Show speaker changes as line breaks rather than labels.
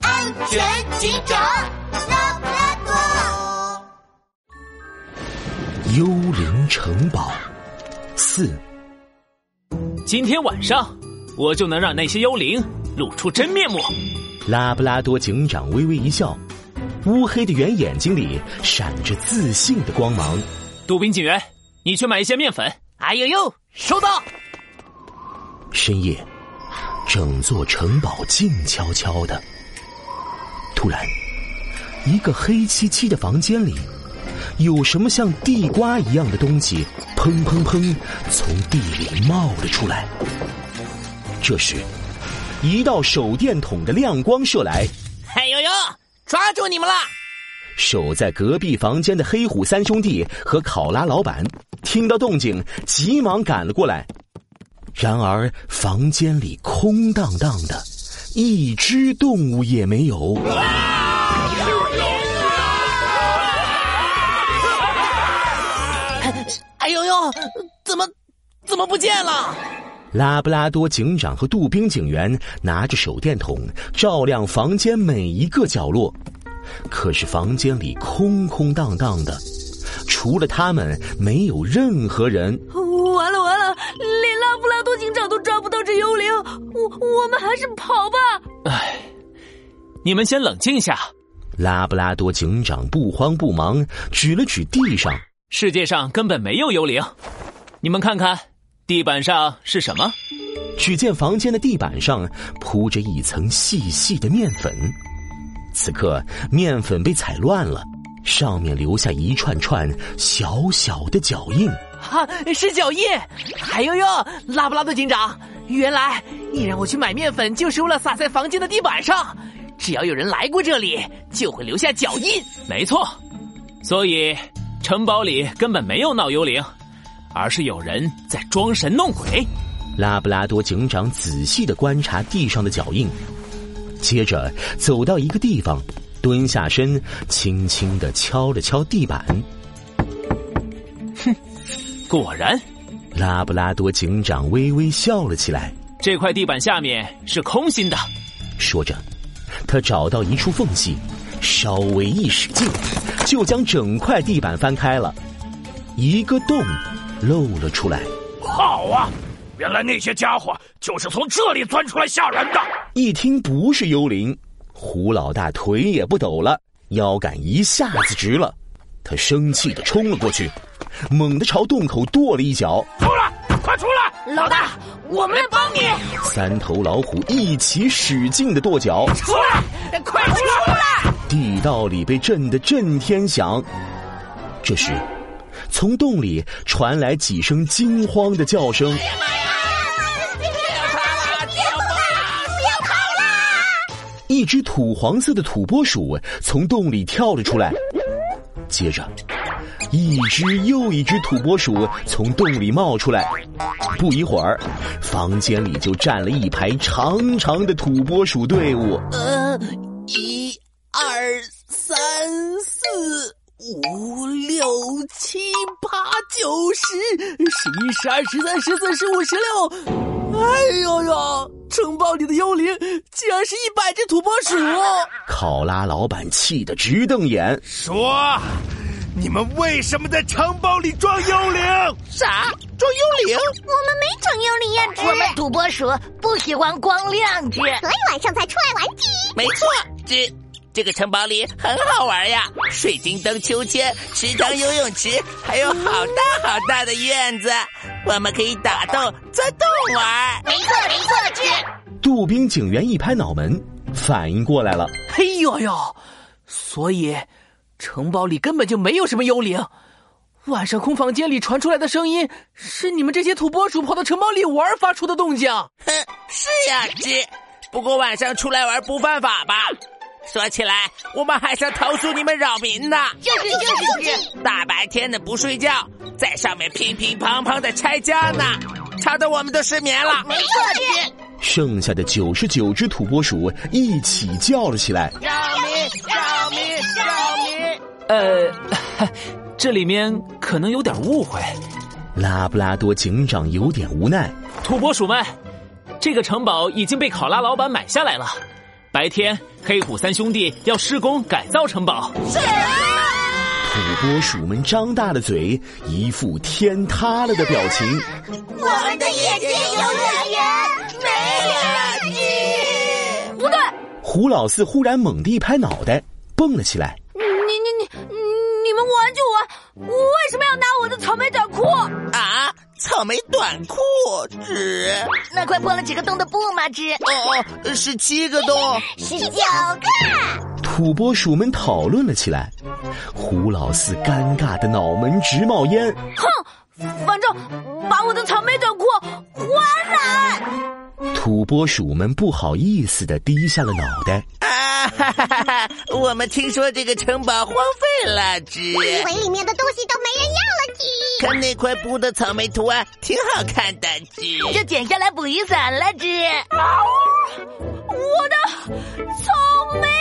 安全警长拉布拉多。
幽灵城堡四，
今天晚上我就能让那些幽灵露出真面目。
拉布拉多警长微微一笑，乌黑的圆眼睛里闪着自信的光芒。
杜宾警员，你去买一些面粉。哎呦呦，收到。
深夜，整座城堡静悄悄的。突然，一个黑漆漆的房间里，有什么像地瓜一样的东西，砰砰砰，从地里冒了出来。这时，一道手电筒的亮光射来，
哎呦呦，抓住你们啦！
守在隔壁房间的黑虎三兄弟和考拉老板听到动静，急忙赶了过来。然而，房间里空荡荡的，一只动物也没有。
哎呦呦，怎么怎么不见了？
拉布拉多警长和杜宾警员拿着手电筒照亮房间每一个角落，可是房间里空空荡荡的，除了他们没有任何人。
完了完了，连拉布拉多警长都抓不到这幽灵，我我们还是跑吧。
你们先冷静一下。
拉布拉多警长不慌不忙，指了指地上，
世界上根本没有幽灵。你们看看，地板上是什么？
只见房间的地板上铺着一层细细的面粉，此刻面粉被踩乱了，上面留下一串串小小的脚印。
哈、是脚印！哎呦呦，拉布拉多警长，原来你让我去买面粉，就是为了撒在房间的地板上。只要有人来过这里，就会留下脚印。
没错，所以城堡里根本没有闹幽灵，而是有人在装神弄鬼。
拉布拉多警长仔细的观察地上的脚印，接着走到一个地方，蹲下身，轻轻的敲了敲地板。
果然，
拉布拉多警长微微笑了起来，
这块地板下面是空心的。
说着，他找到一处缝隙，稍微一使劲，就将整块地板翻开了，一个洞露了出来。
好啊，原来那些家伙就是从这里钻出来吓人的。
一听不是幽灵，胡老大腿也不抖了，腰杆一下子直了。他生气的冲了过去，猛地朝洞口跺了一脚。
出来，快出来！
老大，我们来帮你，
三头老虎一起使劲的跺脚，
出来，快出来！
地道里被震得震天响。这时，从洞里传来几声惊慌的叫声。
啊
一只土黄色的土拨鼠从洞里跳了出来，接着，一只又一只土拨鼠从洞里冒出来。不一会儿，房间里就站了一排长长的土拨鼠队伍。
呃一二三四五六七八九十十一十二十三十四十五十六，哎呦呦！城堡里的幽灵竟然是一百只土拨 鼠！
考拉老板气得直瞪眼，
说，你们为什么在城堡里装幽灵？
啥？装幽灵？
我们没整幽灵呀，只
我们土拨鼠不喜欢光亮着。
所以晚上才出来玩鸡。
没错，这这个城堡里很好玩呀，水晶灯、秋千、池塘、游泳池，还有好大好大的院子，我们可以打洞、钻洞玩。
没错，没错，这
杜宾警员一拍脑门，反应过来了。
哎呦呦，所以城堡里根本就没有什么幽灵。晚上空房间里传出来的声音，是你们这些土拨鼠跑到城堡里玩发出的动静。
哼，
是呀，鸡。不过晚上出来玩不犯法吧？说起来，我们还想投诉你们扰民呢。
就是就是这。
大白天的不睡觉，在上面乒乒乓乓的拆家呢，吵得我们都失眠了。
没错，这
剩下的九十九只土拨鼠一起叫了起来。
呃， 这里面可能有点误会。
拉布拉多警长有点无奈，
土拨鼠们，这个城堡已经被考拉老板买下来了，白天，黑虎三兄弟要施工改造城堡。
土拨鼠们张大了嘴，一副天塌了的表情。
我们的眼睛游乐园没了你。
不对，
胡老四忽然猛地一拍脑袋，蹦了起来。
你你你你们玩就玩，我为什么要拿我的草莓短裤？
啊，草莓短裤纸
那块破了几个洞的布吗？纸
哦哦，是七个洞。
是九个。
土拨鼠们讨论了起来。胡老四尴尬的脑门直冒烟。
哼，反正把我的草莓短裤还来！
土拨鼠们不好意思的低下了脑袋。
啊，哈哈哈哈！ 我们听说这个城堡荒废了，纸。
以为里面的东西都没人要了鸡。
看那块布的草莓图案挺好看的，纸。
就剪下来补雨伞了，纸。
啊我的草莓